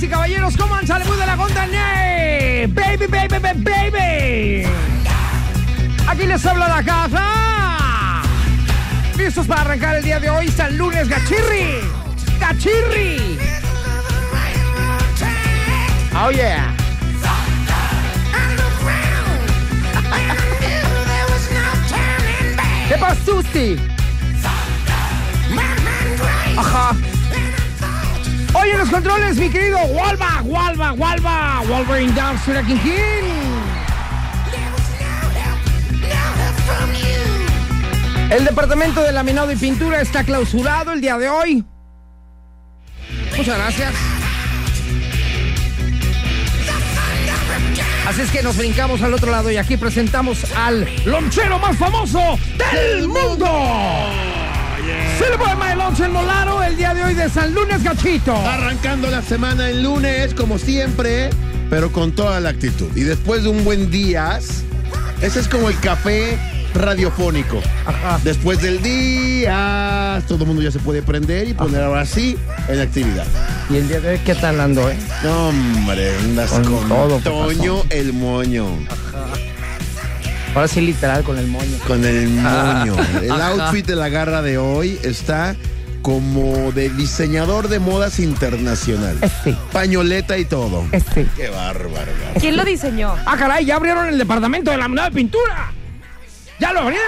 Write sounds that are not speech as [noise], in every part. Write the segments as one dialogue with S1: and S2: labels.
S1: y caballeros, ¿cómo han salido de la conta? Baby, baby, baby, baby. Aquí les habla la casa. Listos para arrancar el día de hoy, San Lunes Gachirri. Gachirri. Oh yeah. ¿Qué pasó, Ajá. Hoy en los controles, mi querido Walba, Walba, Walba, Wolverine Dubs, King King. El departamento de laminado y pintura está clausurado el día de hoy. Muchas gracias. Así es que nos brincamos al otro lado y aquí presentamos al lonchero más famoso del Oh, mundo. Silvo de Maelón el Molaro, el día de hoy de San Lunes Gachito.
S2: Arrancando la semana el lunes, como siempre, pero con toda la actitud. Y después de un buen día, ese es como el café radiofónico. Ajá. Después del día, todo el mundo ya se puede prender y
S3: Ah.
S2: poner Ajá. ahora sí en actividad.
S1: Y el día de hoy, ¿qué tal ando, eh?
S2: No, hombre, andas con, con todo, Toño el moño. Ajá.
S1: Ahora sí, literal, con el moño.
S2: Con el [laughs] moño. Ah, el ajá. outfit de la garra de hoy está como de diseñador de modas internacional.
S1: Este.
S2: Pañoleta y todo.
S1: Este.
S2: Qué bárbaro.
S4: ¿Quién lo diseñó?
S1: Ah, caray, ya abrieron el departamento de laminado de pintura. Ya lo abrieron.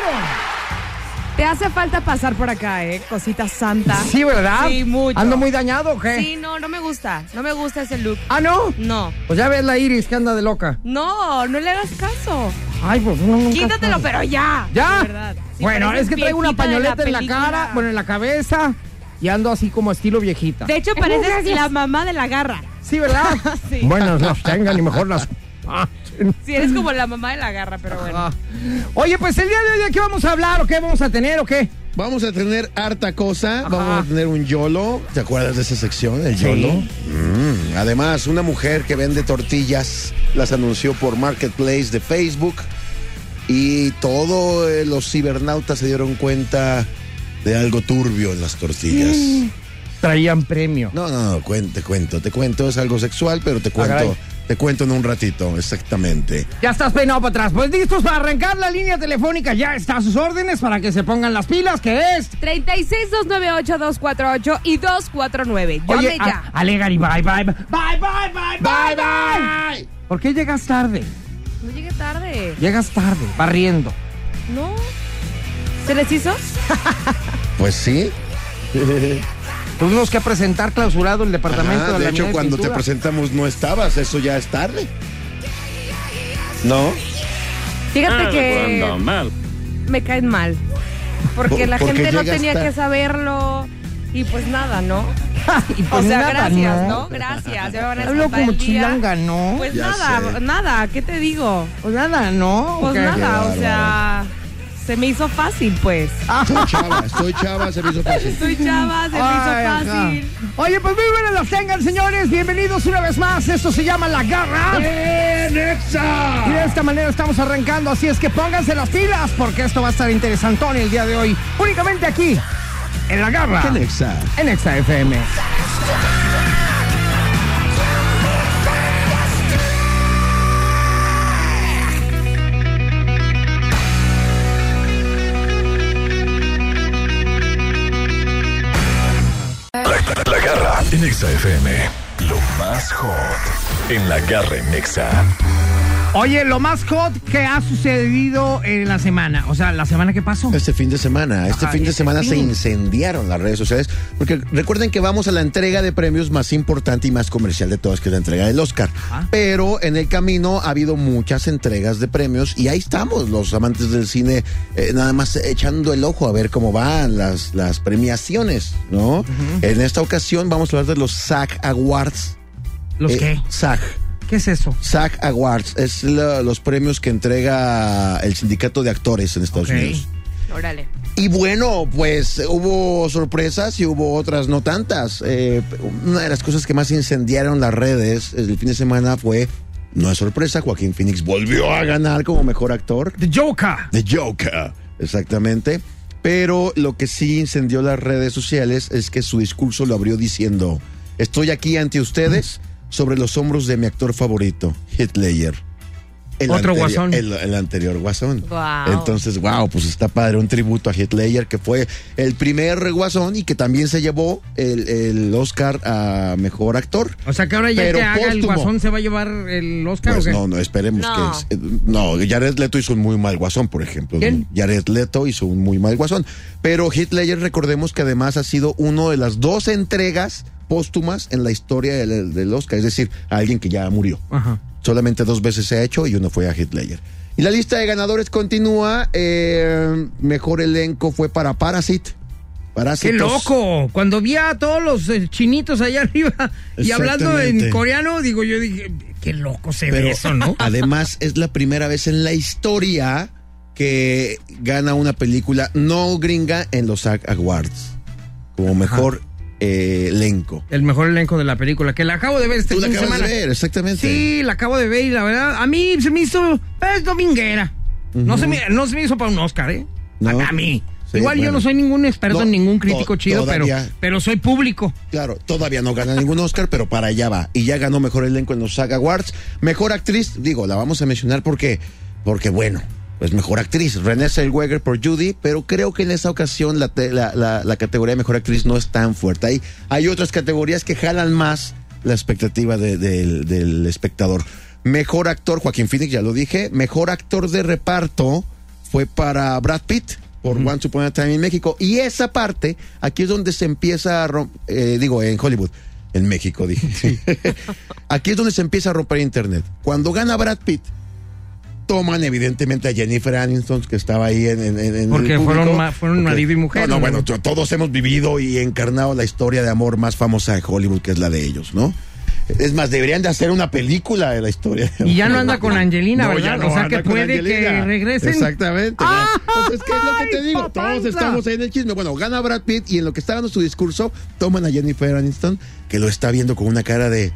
S4: Te hace falta pasar por acá, ¿eh? Cosita santa.
S1: Sí, ¿verdad?
S4: Sí, mucho.
S1: ¿Ando muy dañado o qué?
S4: Sí, no, no me gusta. No me gusta ese look.
S1: ¿Ah, no?
S4: No.
S1: Pues ya ves la iris que anda de loca.
S4: No, no le hagas caso.
S1: Ay, pues no, nunca
S4: Quítatelo, pero ya.
S1: ¿Ya? De verdad. Sí, bueno, es que traigo una pañoleta la en la cara, bueno, en la cabeza y ando así como estilo viejita.
S4: De
S1: [laughs]
S4: hecho, pareces la mamá de la garra.
S1: Sí, ¿verdad? [laughs] sí. Bueno, las tengan y mejor las
S4: si sí, eres como la mamá de la garra, pero
S1: Ah.
S4: bueno.
S1: Oye, pues el día de hoy, ¿de qué vamos a hablar o qué vamos a tener o qué?
S2: Vamos a tener harta cosa, Ajá. vamos a tener un YOLO. ¿Te acuerdas de esa sección, el YOLO? Sí. Mm. Además, una mujer que vende tortillas las anunció por Marketplace de Facebook y todos eh, los cibernautas se dieron cuenta de algo turbio en las tortillas. Sí.
S1: Traían premio.
S2: No, no, no, te cuento, te cuento, es algo sexual, pero te cuento. Agaray. Te cuento en un ratito, exactamente.
S1: Ya estás peinado para atrás. Pues listos para arrancar la línea telefónica. Ya está a sus órdenes para que se pongan las pilas, que es
S4: 36298248 y 249.
S1: Llame Oye, ah. ya. Alegari, bye, bye, bye, bye, bye, bye, bye, bye. ¿Por qué llegas tarde?
S4: No llegué tarde.
S1: Llegas tarde, barriendo.
S4: No. ¿Se les hizo?
S2: pues sí.
S1: Tuvimos que presentar clausurado el
S2: Pues
S1: departamento. Ajá,
S2: de, de hecho, cuando pintura. te presentamos no estabas, eso ya es tarde. ¿No?
S3: Ah,
S4: Fíjate que mal. me caen mal. Porque Por, la porque gente no tenía que saberlo y pues
S1: [laughs]
S4: nada, ¿no?
S1: y pues
S4: o sea,
S1: nada,
S4: gracias, ¿no? ¿no? Gracias. Ya van a
S1: Hablo como chilanga, ¿no?
S4: Pues ya nada, sé. nada, ¿qué te digo?
S1: Pues nada, ¿no?
S4: Pues okay. nada, o sea Se me hizo fácil, pues.
S2: Soy chava, soy chava, se me hizo [laughs] fácil.
S4: Soy chava, se me
S1: Ay,
S4: hizo
S1: ajá.
S4: fácil.
S1: Oye, pues muy buenas las tengan, señores. Bienvenidos una vez más. Esto se llama La Garra. Y de esta manera estamos arrancando, así es que pónganse las pilas porque esto va a estar interesantón el día de hoy. Únicamente aquí, en La Garra,
S2: ¿Qué Nexa?
S1: en Exa FM.
S3: La garra en Exa FM. Lo más hot en la garra en Exa.
S1: Oye, lo más hot que ha sucedido en la semana, o sea, la semana que pasó.
S2: Este fin de semana, este
S1: Ajá,
S2: fin de
S1: este
S2: semana se
S1: fin.
S2: incendiaron las redes sociales, porque recuerden que vamos a la entrega de premios más importante y más comercial de todas, que es la entrega del Oscar.
S1: Ajá.
S2: Pero en el camino ha habido muchas entregas de premios y ahí estamos, los amantes del cine, eh, nada más echando el ojo a ver cómo van las, las premiaciones, ¿no? En esta ocasión vamos a hablar de los SAG Awards.
S1: ¿Los
S2: Eh,
S1: qué?
S2: SAG.
S1: ¿Qué es eso?
S2: SAG Awards es la- los premios que entrega el sindicato de actores en Estados
S1: Ok.
S2: Unidos.
S4: Órale.
S2: Y bueno, pues hubo sorpresas y hubo otras no tantas. Eh, una de las cosas que más incendiaron las redes el fin de semana fue, no es sorpresa, Joaquín Phoenix volvió a ganar como mejor actor.
S1: The Joker.
S2: The Joker. Exactamente. Pero lo que sí incendió las redes sociales es que su discurso lo abrió diciendo: Estoy aquí ante ustedes sobre los hombros de mi actor favorito, Hitler. El
S1: Otro
S2: anterior-
S1: guasón.
S2: El, el anterior guasón.
S4: Guau.
S2: Entonces, wow, pues está padre. Un tributo a Hitler, que fue el primer guasón y que también se llevó el, el Oscar a mejor actor.
S1: O sea que ahora ya
S2: Pero
S1: que haga el
S2: póstumo.
S1: guasón se va a llevar el Oscar o
S2: Pues
S1: qué?
S2: no, no, esperemos
S4: No.
S2: que. eh, No, Jared Leto hizo un muy mal guasón, por ejemplo.
S1: ¿Quién?
S2: Jared Leto hizo un muy mal guasón. Pero Hitler, recordemos que además ha sido uno de las dos entregas póstumas en la historia del, del Oscar, es decir, a alguien que ya murió.
S1: Ajá.
S2: Solamente dos veces se ha hecho y uno fue a Hitler. Y la lista de ganadores continúa. eh, mejor elenco fue para Parasite.
S1: ¡Qué
S2: Parásitos.
S1: loco! Cuando vi a todos los eh, chinitos allá [laughs] arriba y hablando en
S2: Exactamente.
S1: coreano, digo yo dije, qué loco se ve eso,
S2: [laughs]
S1: ¿no?
S2: Además, es la primera vez en la historia que gana una película no gringa en los SAG Awards. Como mejor eh, elenco.
S1: El mejor elenco de la película, que la acabo de ver este
S2: Tú la
S1: fin de
S2: acabas
S1: semana.
S2: de ver, exactamente.
S1: Sí, la acabo de ver y la verdad, a mí se me hizo es dominguera. no, se me, no se me hizo para un Oscar, ¿eh?
S2: No.
S1: A, a mí.
S2: Sí,
S1: Igual yo
S2: bueno.
S1: no soy ningún experto,
S2: No,
S1: ningún crítico
S2: to-
S1: chido, pero,
S2: todavía.
S1: pero soy público.
S2: Claro, todavía no gana ningún Oscar, pero para allá va. Y ya ganó mejor elenco en los SAG Awards. Mejor actriz, digo, la vamos a mencionar porque, porque bueno, pues mejor actriz. Renée Zellweger por Judy, pero creo que en esta ocasión la, te- la- la- la categoría de mejor actriz no es tan fuerte. Hay, hay otras categorías que jalan más la expectativa de- del- del espectador. Mejor actor, Joaquín Phoenix, ya lo dije. Mejor actor de reparto fue para Brad Pitt por Once Upon a Time en México. Y esa parte, aquí es donde se empieza a rom- eh, digo, en Hollywood, en México, dije. [laughs] aquí es donde se empieza a romper Internet. Cuando gana Brad Pitt, toman evidentemente a Jennifer Aniston, que estaba ahí en, en- en- en
S1: Porque
S2: el público.
S1: fueron ma- fueron marido y mujer,
S2: No, no,
S1: ¿no?
S2: bueno, to- todos hemos vivido y encarnado la historia de amor más famosa de Hollywood, que es la de ellos, ¿no? Es más, deberían de hacer una película de la historia. de
S1: Y ya no
S2: amor.
S1: anda con Angelina,
S2: No,
S1: ¿verdad?
S2: ya no
S1: o sea
S2: anda
S1: que
S2: con
S1: puede que
S2: Angelina.
S1: regresen.
S2: Exactamente. ya.
S1: ¡Ay,
S2: Entonces, ¿qué es lo que te digo? Todos
S1: papanza!
S2: estamos ahí en el chisme. Bueno, gana Brad Pitt y en lo que está dando su discurso, toman a Jennifer Aniston, que lo está viendo con una cara de.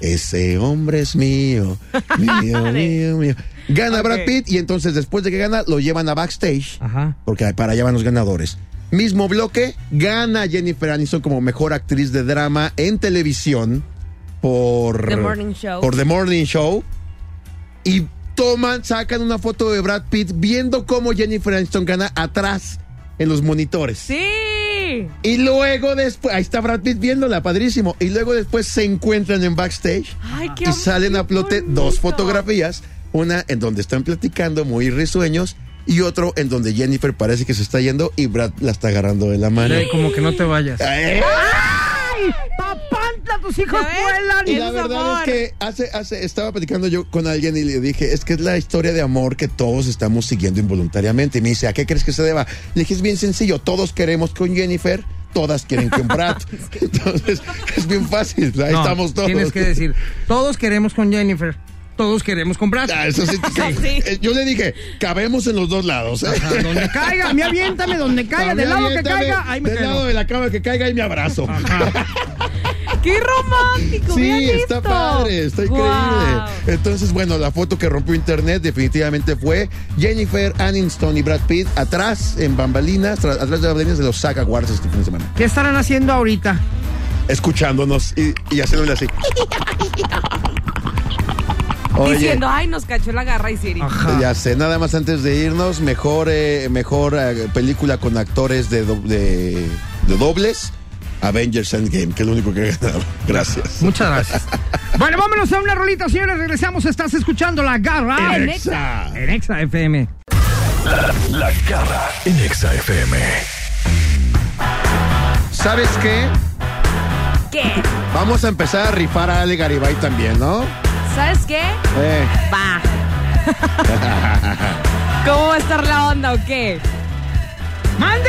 S2: Ese hombre es mío, mío, mío, mío. Gana Brad Pitt y entonces después de que gana lo llevan a backstage,
S1: Ajá.
S2: porque para allá van los ganadores. Mismo bloque, gana Jennifer Aniston como mejor actriz de drama en televisión por
S4: The Morning Show.
S2: Por The Morning Show y toman, sacan una foto de Brad Pitt viendo cómo Jennifer Aniston gana atrás en los monitores.
S4: Sí.
S2: Y luego después, ahí está Brad Pitt viéndola, padrísimo. Y luego después se encuentran en backstage
S4: Ay, qué
S2: y salen a flote
S4: bonito.
S2: dos fotografías, una en donde están platicando muy risueños y otro en donde Jennifer parece que se está yendo y Brad la está agarrando de la mano.
S1: Ey, como que no te vayas.
S2: ¡Eh!
S1: ¡Ay! ¡Papantla, tus hijos
S4: ¿Ya ves?
S1: vuelan!
S2: Y
S4: Eso
S2: la
S4: es
S2: verdad
S4: amor.
S2: es que hace, hace, estaba platicando yo con alguien y le dije, es que es la historia de amor que todos estamos siguiendo involuntariamente. Y me dice, ¿a qué crees que se deba? Le dije, es bien sencillo, todos queremos con Jennifer, todas quieren con
S4: [laughs]
S2: Brad. Entonces, es bien fácil, ahí
S1: No,
S2: estamos todos.
S1: Tienes que decir, todos queremos con Jennifer. todos queremos comprar.
S2: Ah, eso sí, que-
S4: [laughs] Sí.
S2: eh, Yo le dije, cabemos en los dos lados. [laughs]
S1: Ajá, donde caiga, me aviéntame donde caiga, del lado que
S2: Aviéntame
S1: caiga, ahí me
S2: Del lado
S1: quedo.
S2: de la cama que caiga y me abrazo. [laughs]
S4: ¡Qué romántico!
S2: Sí,
S4: vean
S2: está
S4: esto.
S2: padre, está increíble.
S4: Guau.
S2: Entonces, bueno, la foto que rompió internet definitivamente fue Jennifer Aniston y Brad Pitt atrás en bambalinas, tra- atrás de bambalinas de los saca guardas este fin de semana.
S1: ¿Qué estarán haciendo ahorita?
S2: Escuchándonos y, y haciéndole así.
S4: Diciendo, ay, nos cachó la garra y Siri.
S2: Ah.
S1: Ajá.
S2: Ya sé, nada más antes de irnos, mejor, eh, mejor eh, película con actores de, do- de, de dobles, Avengers Endgame, que es lo único que he ganado. [laughs] Gracias.
S1: Muchas
S2: [laughs]
S1: gracias. bueno, vámonos a una rolita, señores. Regresamos. Estás escuchando la garra
S4: En
S1: en
S4: Exa.
S1: Exa FM.
S5: La garra en Exa FM.
S2: ¿Sabes qué?
S4: ¿Qué?
S2: Vamos a empezar a rifar a Ale Garibay también, ¿no?
S4: ¿Sabes qué?
S2: Eh,
S4: Va. ¿Cómo va a estar la onda o qué?
S1: ¡Mande!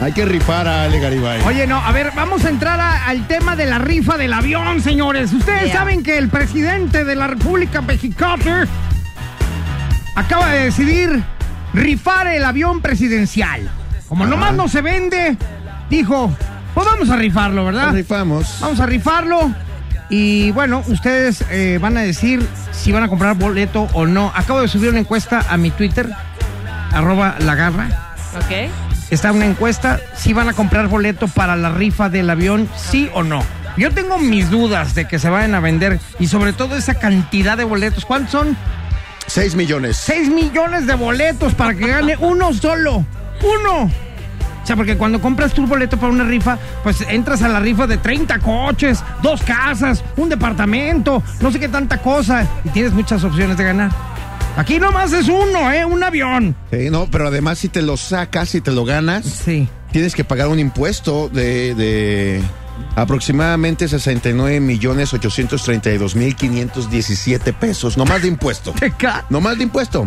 S2: hay que rifar a Ale Garibay.
S1: Oye, no, a ver, vamos a entrar a- al tema de la rifa del avión, señores. Ustedes
S4: Yeah.
S1: saben que el presidente de la República Mexicana acaba de decidir rifar el avión presidencial. Como nomás no se vende, dijo, pues vamos a rifarlo,
S2: Nos
S1: ¿verdad?
S2: rifamos.
S1: Vamos a rifarlo. Y bueno, ustedes eh, van a decir si van a comprar boleto o no. Acabo de subir una encuesta a mi Twitter, arroba la garra.
S4: [laughs] ¿Ok?
S1: Está una encuesta si van a comprar boleto para la rifa del avión, sí o no. Yo tengo mis dudas de que se vayan a vender y sobre todo esa cantidad de boletos. ¿Cuántos son?
S2: 6 millones.
S1: 6 millones de boletos para que gane uno solo. Uno. O sea, porque cuando compras tu boleto para una rifa, pues entras a la rifa de 30 coches, dos casas, un departamento, no sé qué tanta cosa. Y tienes muchas opciones de ganar. Aquí nomás es uno, ¿eh? Un avión.
S2: Sí, no, pero además si te lo sacas, si te lo ganas,
S1: [laughs] Sí.
S2: tienes que pagar un impuesto de, de aproximadamente 69 millones 832 mil 517 pesos, nomás
S1: [laughs]
S2: de impuesto. Nomás de impuesto.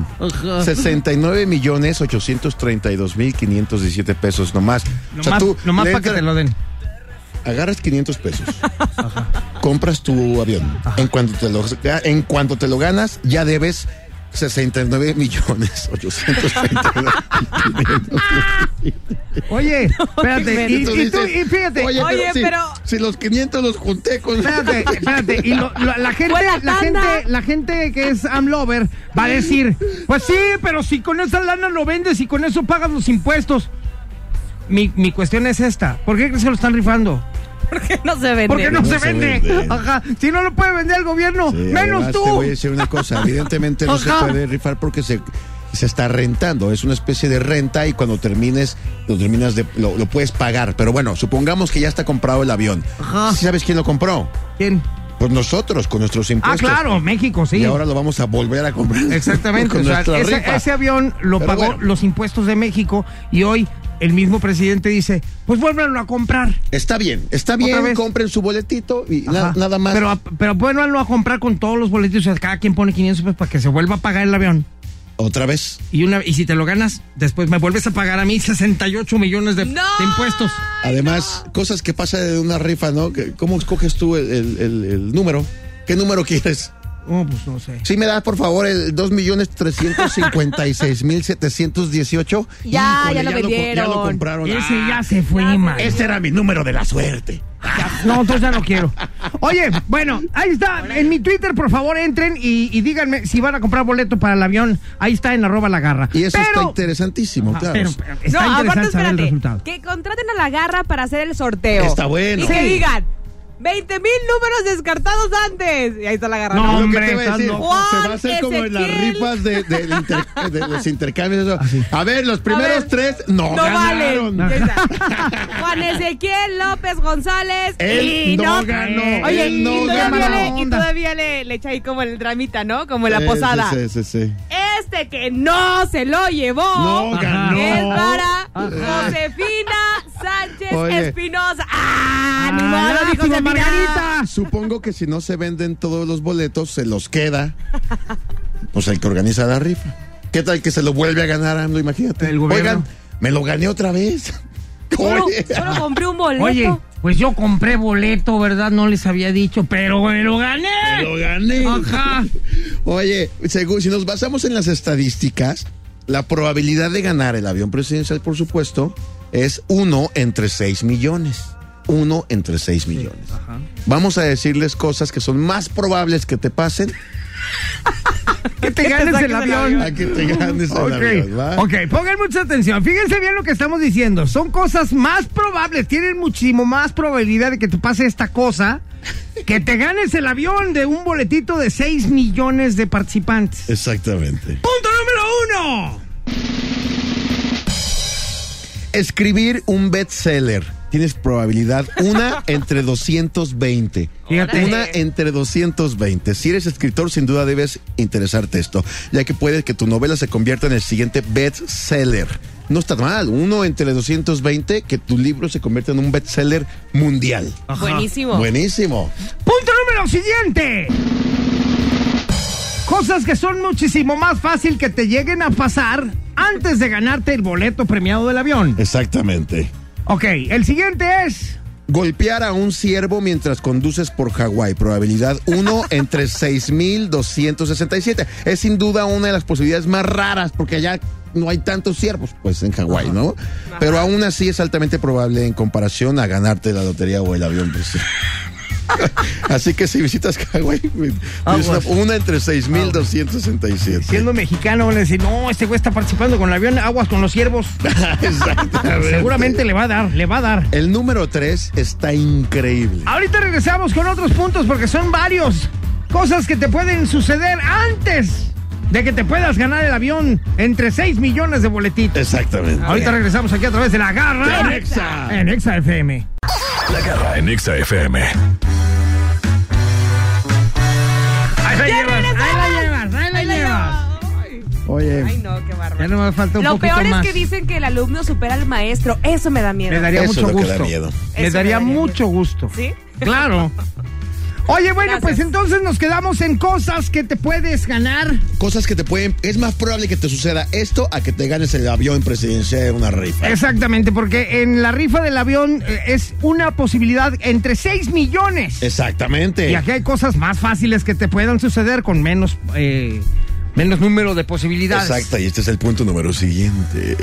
S2: 69 millones 832 mil 517 pesos, nomás. O
S1: Nomás,
S2: sea, tú
S1: nomás
S2: le
S1: para que
S2: entras-
S1: te lo
S2: [laughs]
S1: den.
S2: agarras
S1: [laughs]
S2: 500 pesos, compras tu avión, en cuanto te lo en cuanto te lo ganas ya debes 69 millones 832.
S1: Oye, espérate, y, y tú, y fíjate,
S2: Oye,
S4: Oye,
S2: pero, si-
S4: pero-
S2: si, los 500 los junté con
S1: espérate, espérate, y lo- lo- la gente,
S4: Fue la
S1: la
S4: tanda.
S1: gente, la gente que es Amlover va a decir, pues sí, pero si con esa lana lo vendes y con eso pagas los impuestos. Mi, mi cuestión es esta, ¿por qué crees que lo están rifando?
S4: ¿Por qué no se vende?
S1: Porque no,
S2: No
S1: se,
S2: se
S1: vende.
S2: vende.
S1: Ajá, si no lo puede vender el gobierno,
S2: Sí,
S1: menos
S2: además,
S1: tú.
S2: Te voy a decir una cosa, evidentemente no se
S1: Ajá.
S2: puede rifar porque se, se está rentando, es una especie de renta y cuando termines lo terminas de lo, lo puedes pagar, pero bueno, supongamos que ya está comprado el avión.
S1: Ajá.
S2: ¿Sí ¿Sabes quién lo compró?
S1: ¿Quién?
S2: Pues nosotros con nuestros
S1: Ah,
S2: impuestos.
S1: claro, México, sí.
S2: Y ahora lo vamos a volver a comprar.
S1: Exactamente.
S2: [laughs] Con
S1: o sea,
S2: nuestra
S1: ese,
S2: rifa.
S1: ese avión lo
S2: Pero
S1: pagó
S2: bueno.
S1: los impuestos de México y hoy el mismo presidente dice, pues vuélvanlo a comprar.
S2: Está bien, está
S1: Otra
S2: bien,
S1: vez.
S2: compren su boletito y na-
S1: Ajá.
S2: nada más.
S1: Pero, a- pero vuélvanlo a comprar con todos los boletos. O sea, cada quien pone 500 pesos para que se vuelva a pagar el avión.
S2: Otra vez.
S1: Y, una, y si te lo ganas, después me vuelves a pagar a mí 68 millones de,
S4: ¡No!
S1: de impuestos.
S2: Además, cosas que pasa de una rifa, ¿no? Que- ¿Cómo escoges tú el, el- el- el número? ¿Qué número quieres?
S1: Oh, pues no sé.
S2: Si me das, por favor, el 2.356.718.
S4: Ya, ya
S2: co-
S4: lo
S2: Ya lo
S4: vendieron.
S2: compraron.
S1: Ese
S2: Ah,
S1: ya se fue, man.
S2: ese era mi número de la suerte.
S1: No, entonces ya no quiero. Oye, bueno, ahí está. En mi Twitter, por favor, entren y, y díganme si van a comprar boleto para el avión. Ahí está en arroba la garra.
S2: Y eso está
S1: Pero-
S2: interesantísimo,
S1: Ah,
S2: claro.
S1: pero- pero está
S4: no,
S1: interesante
S4: aparte,
S1: saber el
S4: espérate.
S1: resultado.
S4: Que contraten a la garra para hacer el sorteo.
S2: Está bueno.
S4: Y que
S1: Sí.
S4: digan, 20 mil números descartados antes. Y ahí está la garra.
S1: No,
S2: Es lo que
S1: hombre,
S2: te iba a
S1: estás
S2: decir.
S1: loco.
S2: Se va a hacer
S4: Juan
S2: como en las
S4: Ezequiel.
S2: rifas de, de- de inter- de los intercambios.
S1: Ah,
S2: eso. A ver, los primeros
S4: ver.
S2: tres no,
S4: No
S2: ganaron.
S4: valen. Ya está. Juan Ezequiel López González.
S2: Él
S4: y
S2: no ganó.
S4: Oye,
S2: Él no
S4: y todavía,
S2: ganó.
S4: le, y todavía le, le echa ahí como el dramita, ¿no? Como la
S2: Sí,
S4: posada.
S2: Eh, Sí, sí, sí.
S4: Este que no se lo llevó.
S2: No ganó.
S4: Es para
S2: Ajá.
S4: Josefina Sánchez
S2: Oye.
S4: Espinosa. ¡Ah! ni
S1: Ah,
S4: modo, mi
S1: lástima,
S4: Josefina.
S1: Margarita.
S2: Supongo que si no se venden todos los boletos, se los queda. Pues el que organiza la rifa. ¿Qué tal que se lo vuelve a ganar AMLO? Imagínate.
S1: El gobierno.
S2: Oigan, me lo gané otra vez.
S4: Solo,
S2: Oye.
S4: solo compré un boleto.
S6: Oye, pues yo compré boleto, ¿verdad? No les había dicho, pero me lo gané.
S2: [laughs] Lo gané.
S6: Ajá.
S2: Oye, según, si nos basamos en las estadísticas, la probabilidad de ganar el avión presidencial, por supuesto, es uno entre 6 millones. Uno entre 6 millones.
S6: Ajá.
S2: Vamos a decirles cosas que son más probables que te pasen
S1: Que te ganes el avión.
S2: a que te ganes el
S1: Ok,
S2: avión, ¿va?
S1: ok, pongan mucha atención. Fíjense bien lo que estamos diciendo. Son cosas más probables, tienen muchísimo más probabilidad de que te pase esta cosa que te ganes el avión de un boletito de 6 millones de participantes.
S2: Exactamente.
S1: Punto número uno.
S2: Escribir un bestseller. Tienes probabilidad [laughs] una entre 220.
S1: Fíjate.
S2: Una entre 220. Si eres escritor, sin duda debes interesarte esto, ya que puede que tu novela se convierta en el siguiente bestseller. No está mal, uno entre 220, que tu libro se convierta en un bestseller mundial.
S4: Buenísimo.
S2: Buenísimo.
S1: Punto número siguiente. Cosas que son muchísimo más fácil que te lleguen a pasar antes de ganarte el boleto premiado del avión.
S2: Exactamente.
S1: Ok, el siguiente es.
S2: Golpear a un ciervo mientras conduces por Hawái. Probabilidad 1 entre 6.267. Es sin duda una de las posibilidades más raras porque allá no hay tantos ciervos, pues en Hawái, ¿no? Pero aún así es altamente probable en comparación a ganarte la lotería o el avión. pues. así que si visitas Hawái, es una, una entre 6.267.
S1: Siendo mexicano, van a decir: No, este güey está participando con el avión, aguas con los [laughs] ciervos.
S2: Exactamente.
S1: Seguramente le va a dar, le va a dar.
S2: El número 3 está increíble.
S1: Ahorita regresamos con otros puntos porque son varios. Cosas que te pueden suceder antes de que te puedas ganar el avión entre 6 millones de boletitos.
S2: Exactamente.
S1: Ahorita regresamos aquí a través de la garra.
S2: En Exa.
S1: Ah. En Exa FM.
S3: La garra en Exa FM.
S1: Ahí la llevas, ahí la llevas, ahí la llevas.
S2: Oye.
S4: Ay, no, qué bárbaro.
S1: Ya no me falta un
S4: Lo
S1: poquito
S4: peor es
S1: más.
S4: que dicen que el alumno supera al maestro. Eso me da miedo.
S1: Me daría
S2: Eso es
S1: mucho
S2: lo que da
S1: gusto.
S2: miedo.
S1: Me
S4: Eso
S1: daría
S4: me daría
S1: mucho gusto.
S4: ¿Sí?
S1: Claro. Oye, bueno,
S4: Gracias.
S1: pues entonces nos quedamos en cosas que te puedes ganar.
S2: cosas que te pueden. Es más probable que te suceda esto a que te ganes el avión presidencial de una rifa.
S1: Exactamente, porque en la rifa del avión eh, es una posibilidad entre 6 millones.
S2: Exactamente.
S1: Y aquí hay cosas más fáciles que te puedan suceder con menos, eh, menos número de posibilidades.
S2: Exacto, y este es el punto número siguiente.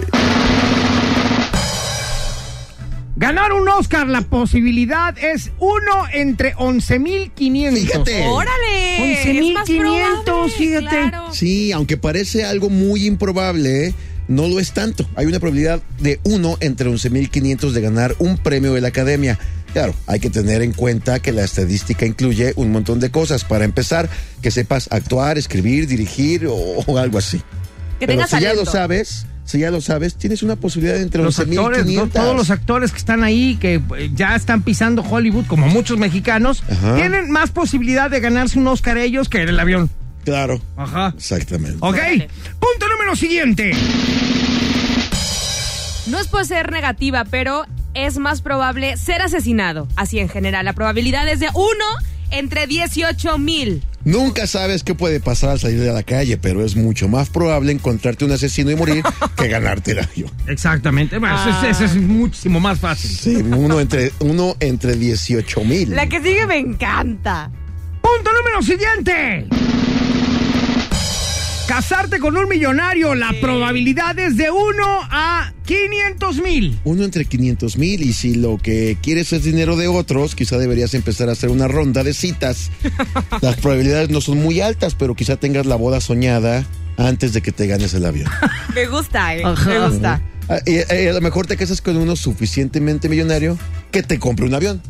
S1: Ganar un Oscar, la posibilidad es uno entre 11.500.
S2: Fíjate.
S4: ¡Órale! es más
S1: 11,500,
S4: probable,
S1: fíjate.
S4: claro.
S2: Sí, aunque parece algo muy improbable, ¿eh? no lo es tanto. Hay una probabilidad de uno entre 11.500 de ganar un premio de la academia. Claro, hay que tener en cuenta que la estadística incluye un montón de cosas. Para empezar, que sepas actuar, escribir, dirigir o, o algo así.
S4: Que
S2: Pero
S4: tengas
S2: si ya lo
S4: talento.
S2: sabes, si ya lo sabes, tienes una posibilidad de entre
S1: Los actores, ¿no?
S2: 11.500.
S1: todos los actores que están ahí, que eh, ya están pisando Hollywood, como muchos mexicanos,
S2: Ajá.
S1: tienen más posibilidad de ganarse un Oscar ellos que en el avión.
S2: Claro,
S1: Ajá.
S2: exactamente.
S1: Ok, punto número siguiente.
S4: No es por ser negativa, pero es más probable ser asesinado. Así en general, la probabilidad es de 1 entre 18 mil.
S2: Nunca sabes qué puede pasar al salir de la calle, pero es mucho más probable encontrarte un asesino y morir
S1: [laughs]
S2: que ganarte el avión.
S1: Exactamente, bueno, eso, es- eso es muchísimo más fácil.
S2: Sí, uno entre, uno entre 18 mil.
S4: La que sigue me encanta.
S1: Punto número siguiente. Casarte con un millonario, la probabilidad es de 1 a 500 mil.
S2: Uno entre 500 mil y si lo que quieres es dinero de otros, quizá deberías empezar a hacer una ronda de
S1: [laughs]
S2: citas. Las probabilidades no son muy altas, pero quizá tengas la boda soñada antes de que te ganes el avión.
S4: Me gusta, eh. Me gusta.
S2: Ah, y, eh, a lo mejor te casas con uno suficientemente millonario que te compre un avión.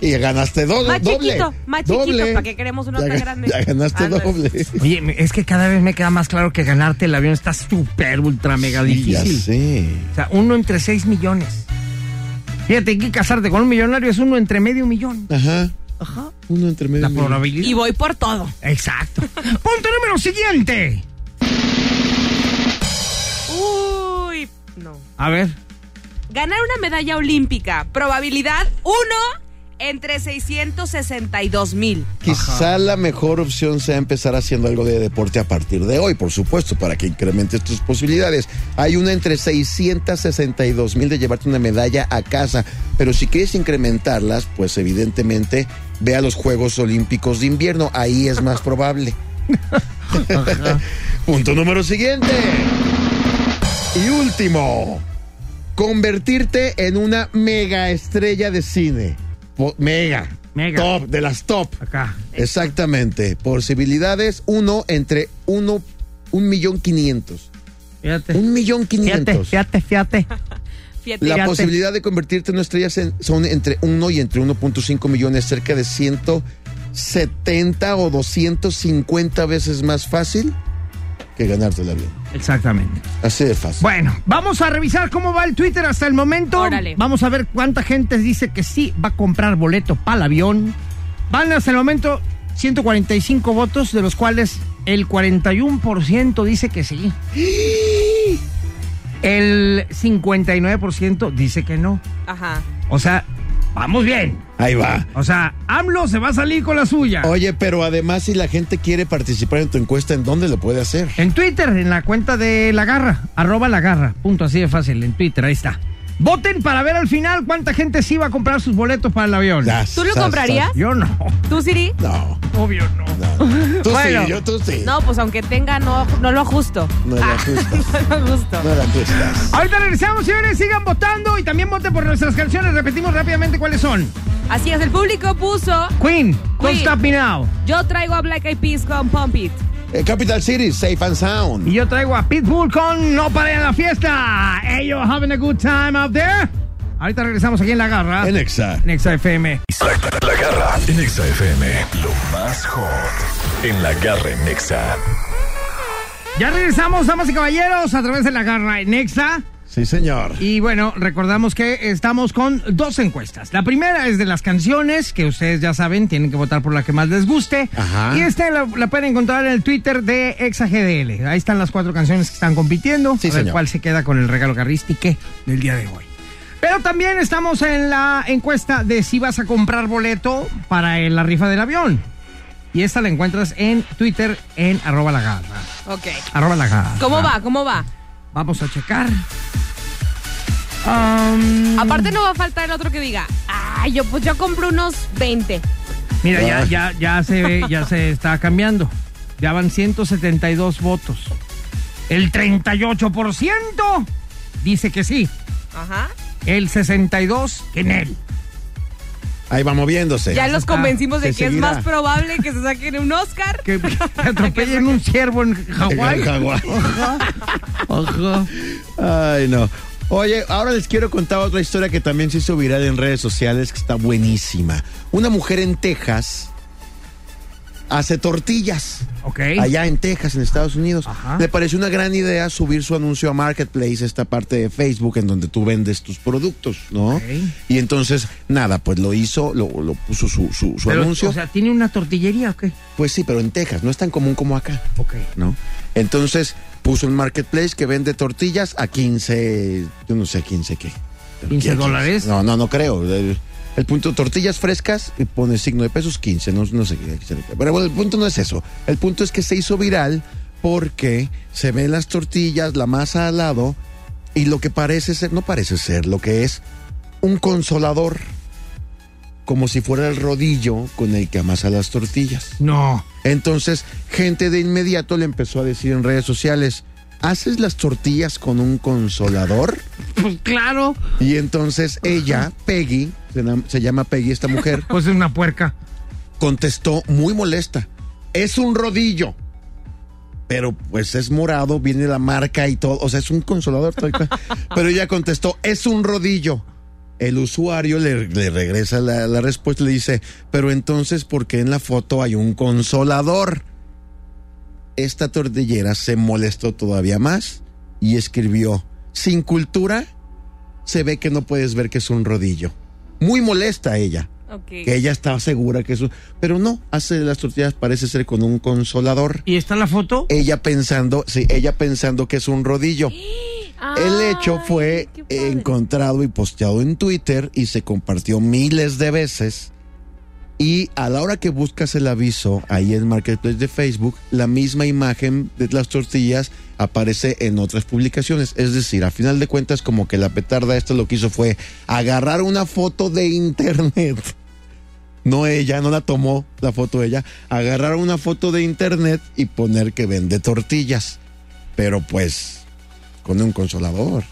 S2: Y ganaste do-
S4: Más
S2: doble.
S4: chiquito, más chiquito,
S2: doble.
S4: ¿para qué queremos uno
S2: Ya
S4: tan
S2: ga-
S4: grande?
S2: Ya ganaste
S4: Ándale.
S2: doble.
S1: Oye, me- es que cada vez me queda más claro que ganarte el avión está súper, ultra, mega
S2: Ya
S1: difícil.
S2: sé.
S1: O sea, uno entre 6 millones. Fíjate que casarte con un millonario es uno entre medio millón.
S2: Ajá.
S1: Ajá.
S2: Uno entre medio.
S1: La
S2: millón.
S4: Y
S1: probabilidad.
S4: voy por todo.
S1: Exacto. Punto número siguiente.
S4: Uy, no.
S1: A ver.
S4: Ganar una medalla olímpica, probabilidad 1 entre 662 mil.
S2: Quizá la mejor opción sea empezar haciendo algo de deporte a partir de hoy, por supuesto, para que incrementes tus posibilidades. Hay una entre 662 mil de llevarte una medalla a casa, pero si quieres incrementarlas, pues evidentemente ve a los Juegos Olímpicos de Invierno, ahí es más probable. [laughs] Punto número siguiente. Y último, convertirte en una mega estrella de cine. Po- Mega.
S1: Mega.
S2: Top, de las top.
S1: Acá.
S2: Exactamente. Posibilidades, uno entre uno, un millón quinientos.
S1: Fíjate.
S2: Un millón
S1: Fíjate,
S2: quinientos.
S1: fíjate, fíjate.
S4: Fíjate.
S2: La
S1: Fíjate.
S2: posibilidad de convertirte en una estrella se- son entre 1 y entre 1.5 millones, cerca de 170 o 250 veces más fácil que ganarte el avión.
S1: Exactamente.
S2: Así de fácil.
S1: Bueno, vamos a revisar cómo va el Twitter hasta el momento.
S4: Órale.
S1: Vamos a ver cuánta gente dice que sí va a comprar boleto para el avión. Van hasta el momento 145 votos, de los cuales el 41% dice que sí. El 59% dice que no.
S4: Ajá.
S1: O sea, vamos bien.
S2: Ahí va.
S1: O sea, AMLO se va a salir con la suya.
S2: Oye, pero además si la gente quiere participar en tu encuesta, ¿en dónde lo puede hacer?
S1: En Twitter, en la cuenta de La Garra, arroba La Garra, punto así de fácil, en Twitter, ahí está. Voten para ver al final cuánta gente sí va a comprar sus boletos para el avión.
S2: Zas,
S4: ¿Tú lo
S2: zas,
S4: comprarías?
S1: Yo no, [laughs]
S4: ¿Tú, Siri?
S2: zas. No,
S1: obvio no. [laughs]
S2: no. Tú
S1: Bueno.
S2: sí, yo tú sí.
S4: No, pues aunque tenga, no, no lo ajusto. Ah,
S2: No
S4: [laughs]
S2: la ajustas.
S4: No lo ajusto.
S2: No la ajustas.
S1: Ahorita regresamos, señores, sigan votando y también voten por nuestras canciones. Repetimos rápidamente cuáles son.
S4: Así es, el público puso
S1: Queen, Don't
S4: Queen.
S1: Stop Me Now.
S4: Yo traigo a Black Eyed Peas con Pump It.
S2: Eh, Capital City, Safe and Sound.
S1: Y yo traigo a Pitbull con No Paren la Fiesta. Ellos having a good time out there. Ahorita regresamos aquí en La Garra.
S2: En Exa.
S1: Nexa FM.
S5: La garra en Exa FM. Lo más hot en la garra en Exa.
S1: Ya regresamos, damas y caballeros, a través de La Garra en Nexa.
S2: Sí, señor.
S1: Y bueno, recordamos que estamos con dos encuestas. La primera es de las canciones, que ustedes ya saben, tienen que votar por la que más les guste.
S2: Ajá.
S1: Y esta la, la pueden encontrar en el Twitter de ExaGDL. Ahí están las cuatro canciones que están compitiendo.
S2: Sí,
S1: a ver
S2: señor.
S1: cuál se queda con el regalo carrístico del día de hoy. Pero también estamos en la encuesta de si vas a comprar boleto para eh, la rifa del avión. Y esta la encuentras en Twitter en arroba la garra.
S4: Ok. Ah.
S1: Arroba la garra.
S4: ¿Cómo va? ¿Cómo va?
S1: Vamos a checar. Am,
S4: Aparte no va a faltar el otro que diga, ay, yo pues yo compro unos 20.
S1: Mira, ya, ya, ya, se, ve- ya se está cambiando. Ya van 172 votos. El 38% dice que sí.
S4: Ajá.
S1: El 62% que en él.
S2: Ahí va moviéndose.
S4: Ya los
S1: está.
S4: convencimos de
S2: Se
S4: que es
S2: seguirá.
S4: más probable que se saquen un Oscar.
S1: [laughs] Que, que atropellen un ciervo en Hawái.
S2: Jaguar.
S1: Ajá.
S2: Ay, no. Oye, ahora les quiero contar otra historia que también se hizo viral en redes sociales, que está buenísima. Una mujer en Texas hace tortillas.
S1: Ok.
S2: Allá en Texas, en Estados Unidos.
S1: Ajá.
S2: Le pareció una gran idea subir su anuncio a Marketplace, esta parte de Facebook en donde tú vendes tus productos, ¿no?
S1: Ok.
S2: Y entonces, nada, pues lo hizo, lo, lo puso su, su- su
S1: Pero,
S2: anuncio.
S1: O sea, ¿tiene una tortillería o qué?
S2: pues sí, pero en Texas, no es tan común como acá.
S1: Ok.
S2: ¿no? Entonces puso un marketplace que vende tortillas a 15, yo no sé, 15 qué.
S1: 15 dólares.
S2: No, no, no creo. El, el punto, tortillas frescas, y pone signo de pesos 15, no, no sé qué. Pero bueno, el punto no es eso. El punto es que se hizo viral porque se ven las tortillas, la masa al lado, y lo que parece ser, no parece ser, lo que es un consolador, como si fuera el rodillo con el que amasa las tortillas.
S1: No.
S2: Entonces, gente de inmediato le empezó a decir en redes sociales, ¿haces las tortillas con un consolador?
S1: Pues claro.
S2: Y entonces ella, Peggy, se, nam- se llama Peggy esta mujer,
S1: Pues es una puerca.
S2: contestó muy molesta, es un rodillo. Pero pues es morado, viene la marca y todo, o sea, es un consolador tal cual. Pero ella contestó, es un rodillo. El usuario le, le regresa la, la respuesta y le dice, pero entonces, ¿por qué en la foto hay un consolador? esta tordillera se molestó todavía más y escribió, sin cultura se ve que no puedes ver que es un rodillo. Muy molesta ella, que
S4: Ok.
S2: ella estaba segura que es un... Pero no, hace las tortillas parece ser con un consolador.
S1: ¿Y está la foto?
S2: Ella pensando, sí, ella pensando que es un rodillo. El hecho fue
S4: Ay, qué padre.
S2: encontrado y posteado en Twitter y se compartió miles de veces. Y a la hora que buscas el aviso ahí en Marketplace de Facebook, la misma imagen de las tortillas aparece en otras publicaciones. Es decir, a final de cuentas, como que la petarda esta lo que hizo fue agarrar una foto de internet. [laughs] No ella, no la tomó la foto ella. Agarrar una foto de internet y poner que vende tortillas. Pero pues, con un consolador.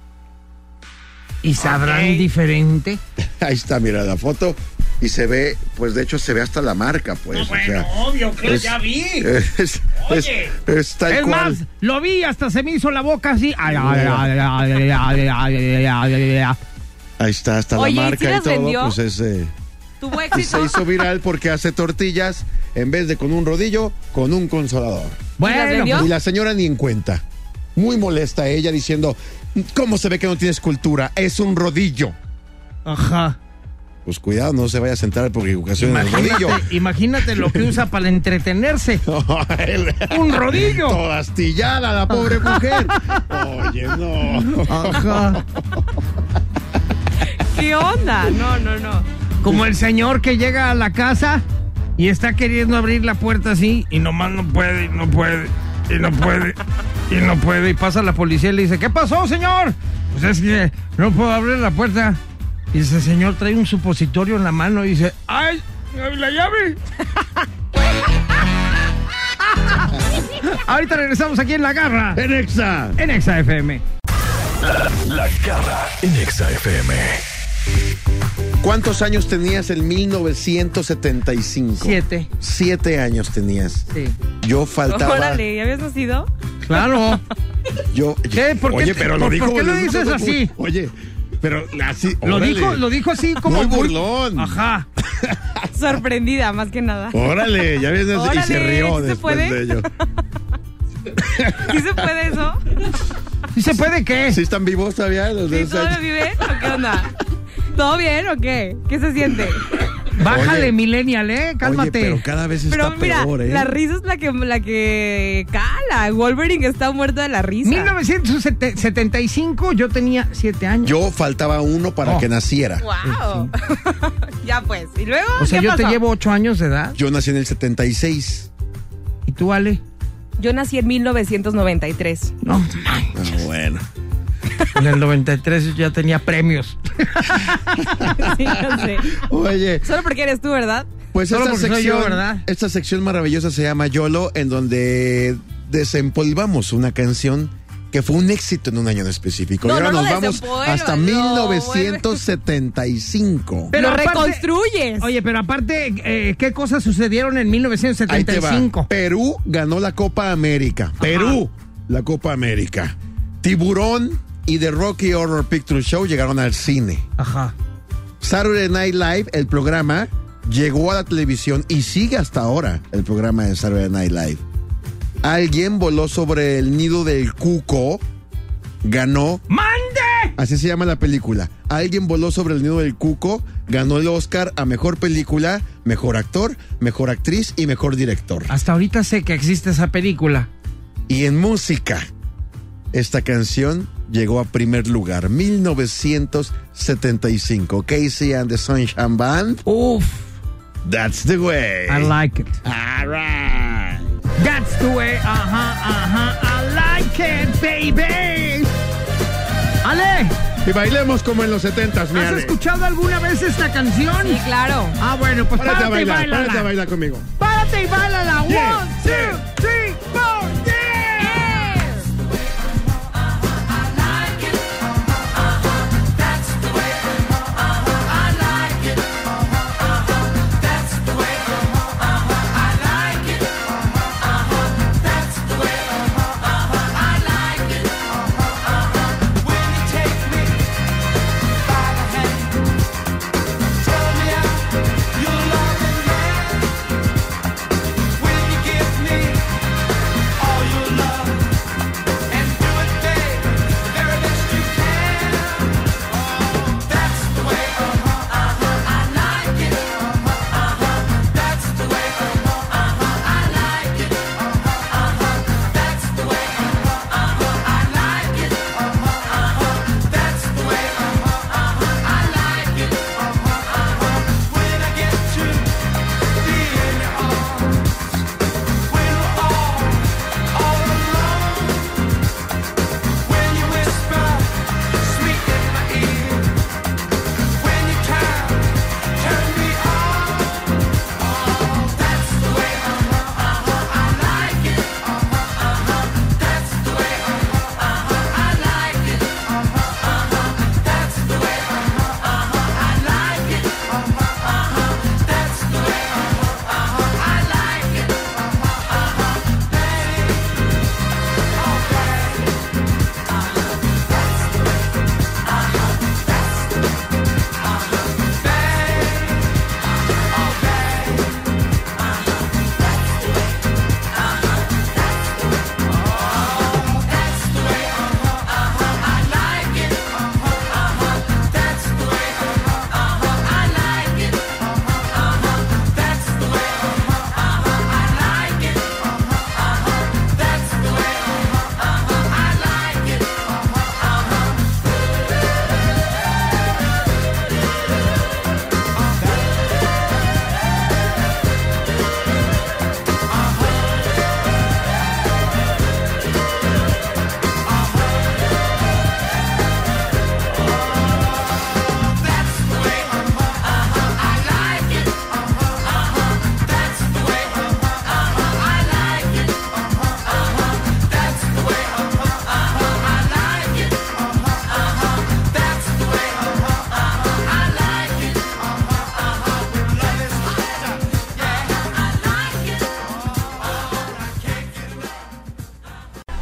S2: [laughs]
S1: ¿Y sabrán diferente?
S2: Ahí está, mira la foto. Y se ve, pues de hecho se ve hasta la marca,
S1: Ah,
S2: pues. o sea,
S1: obvio,
S2: es- [laughs] Es, es-
S1: Oye.
S2: es tal
S1: Es
S2: cual.
S1: más, lo vi, hasta se me hizo la boca así. Ay, ay, ay, ay, ay, ay, ay, ay, ay, ay.
S2: Ahí está, hasta
S4: Oye, ¿y
S2: la
S4: si
S2: marca y
S4: las
S2: todo.
S4: vendió?
S2: Pues es, eh,
S4: ¿Tuvo
S2: y se
S4: éxito?
S2: hizo viral porque hace tortillas en vez de con un rodillo, con un consolador.
S1: Bueno,
S4: vendió?
S1: pues,
S2: Y la señora ni en cuenta. Muy molesta ella diciendo, ¿cómo se ve que no tienes cultura? Es un rodillo.
S1: ajá.
S2: Pues cuidado, no se vaya a sentar porque ocasión el rodillo. [laughs]
S1: Imagínate, imagínate lo que usa para entretenerse. Un rodillo.
S2: Toda astillada la pobre mujer. Oye, no.
S1: Ajá.
S4: ¿Qué onda? No, no, no.
S1: Como el señor que llega a la casa y está queriendo abrir la puerta así y nomás no puede, y no puede, y no puede, y no puede. Y pasa la policía y le dice, ¿qué pasó, señor? Pues es que no puedo abrir la puerta. Y ese señor trae un supositorio en la mano y dice, ¡ay! ay, ¡La llave! Ahorita regresamos aquí en La Garra,
S2: En Exa.
S1: en Exa FM.
S7: La garra en Exa FM.
S2: ¿Cuántos años tenías en 1975?
S1: Siete.
S2: Siete años tenías.
S1: Sí.
S2: Yo faltaba.
S4: Órale, ¿ya habías nacido?
S1: Claro.
S2: Yo,
S1: ¿Qué? ¿Por qué
S2: Oye,
S1: te-
S2: pero lo
S1: por-
S2: dijo.
S1: por qué lo
S2: boludo,
S1: dices
S2: muy-
S1: así?
S2: Oye, pero así.
S1: Lo
S2: órale.
S1: dijo, lo dijo así como
S2: Muy burlón.
S1: Ajá.
S4: Sorprendida, más que nada.
S2: Oh. Órale, ya vienes y se
S4: Órale,
S2: rió
S4: ¿sí se
S2: después
S4: puede?
S2: de ello.
S4: ¿Sí se puede eso?
S1: ¿Sí se puede qué?
S2: ¿Sí están vivos todavía? Los de
S4: ¿Sí
S2: ese
S4: todavía
S2: año?
S4: vive? ¿O qué onda? ¿Todo bien o qué? ¿Qué se siente?
S1: Bájale,
S2: Oye.
S1: millennial, eh. Cálmate.
S2: Oye, pero cada vez está
S4: Pero mira,
S2: peor, ¿eh?
S4: la risa es la que, la que cala. Wolverine está muerto de la risa.
S1: 1975 yo tenía 7 años.
S2: Yo faltaba uno para
S1: Oh.
S2: que naciera.
S4: ¡Wow! [laughs] ya pues. ¿Y luego?
S1: o sea,
S4: ¿qué
S1: yo te
S4: pasó?
S1: llevo 8 años de edad.
S2: Yo nací en el 76.
S1: ¿Y tú, Ale?
S4: Yo nací en
S1: [laughs]
S4: 1993.
S1: No,
S2: Ah, bueno.
S1: en el 93 yo ya tenía premios.
S4: Sí, ya sé.
S2: Oye,
S4: Solo porque eres tú, ¿verdad?
S2: Pues
S1: Solo
S2: esta
S1: porque soy
S2: sección,
S1: yo, ¿verdad?
S2: esta sección maravillosa se llama YOLO, en donde desempolvamos una canción que fue un éxito en un año en específico.
S4: No,
S2: y ahora
S4: no lo
S2: nos vamos
S4: desempolvas,
S2: hasta
S4: no,
S1: [laughs]
S2: 1975.
S1: Pero
S4: Lo
S1: aparte-
S4: reconstruyes.
S1: Oye, pero aparte, eh, ¿qué cosas sucedieron en
S2: Ahí te va.
S1: 1975?
S2: Perú ganó la Copa América. Perú, la Copa América. Tiburón y The Rocky Horror Picture Show llegaron al cine.
S1: Ajá.
S2: Saturday Night Live, el programa, llegó a la televisión y sigue hasta ahora el programa de Saturday Night Live. Alguien voló sobre el nido del cuco, ganó,
S1: ¡Mande!
S2: así se llama la película. Alguien voló sobre el nido del cuco, ganó el Oscar a mejor película, mejor actor, mejor actriz y mejor director.
S1: Hasta ahorita sé que existe esa película.
S2: Y en música, esta canción llegó a primer lugar, 1975. Casey and the Sunshine Band,
S1: Uf,
S2: That's the Way.
S1: I like it.
S2: All right.
S1: That's the way, ajá, ajá, I like it, baby. Ale,
S2: Y bailemos como en los 70 mi
S1: ¿has
S2: Ale.
S1: escuchado alguna vez esta canción?
S4: Sí, claro.
S1: Ah, bueno, pues
S2: Párate a
S1: párate y
S2: bailar,
S1: baila.
S2: párate a bailar conmigo.
S1: Párate y bailala.
S2: Yeah,
S1: One, two, three, four, yeah.
S8: When you give me Oh, uh-huh, uh-huh, uh-huh,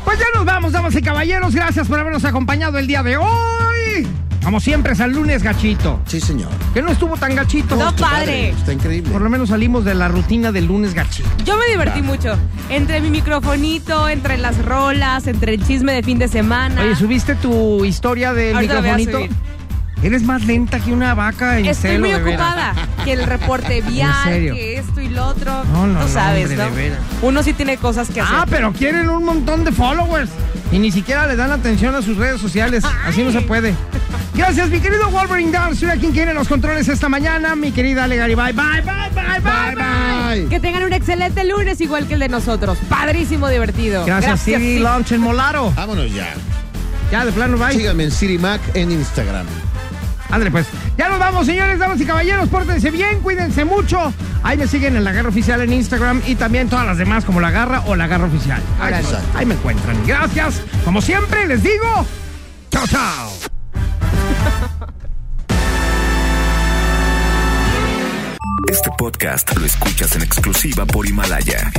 S1: Pues ya nos vamos, damas y caballeros. Gracias por habernos acompañado el día de hoy. Como siempre, es al lunes gachito.
S2: Sí, señor.
S1: Que no estuvo tan gachito.
S4: No,
S2: Está
S4: padre.
S2: Está increíble.
S1: Por lo menos salimos de la rutina del lunes gachito.
S4: Yo me divertí mucho. Entre mi microfonito, entre las rolas, entre el chisme de fin de semana.
S1: Oye, ¿subiste tu historia del
S4: Ahorita la voy a
S1: microfonito?
S4: subir.
S1: Eres más lenta que una vaca en
S4: Estoy
S1: celo,
S4: muy
S1: de veras.
S4: ocupada. Que el
S1: [laughs]
S4: reporte vial,
S1: serio.
S4: que esto y lo otro.
S1: No, no,
S4: Tú
S1: no,
S4: sabes,
S1: hombre, de veras.
S4: ¿no? Uno sí tiene cosas que hacer.
S1: Ah, pero quieren un montón de followers. Y ni siquiera le dan atención a sus redes sociales. Así no se puede. Gracias, mi querido Wolverine Down. Soy a quien quiere los controles esta mañana. Mi querida Ale Garibay. Bye, bye, bye, Ah, bye, bye.
S2: Bye, bye.
S4: Que tengan un excelente lunes igual que el de nosotros. Padrísimo, divertido.
S1: Gracias, Siri
S4: sí.
S1: Launch en Molaro.
S2: Vámonos ya.
S1: Ya, de plano, bye.
S2: Síganme en CityMac en Instagram.
S1: Ándale, pues. Ya nos vamos, señores, damas y caballeros. Pórtense bien, cuídense mucho. Ahí me siguen en La Garra Oficial en Instagram y también todas las demás como La Garra o La Garra Oficial. Ahí,
S2: Órale.
S1: pues, ahí me encuentran. Gracias. Como siempre, les digo, chao, chao.
S5: Este podcast lo escuchas en exclusiva por Himalaya.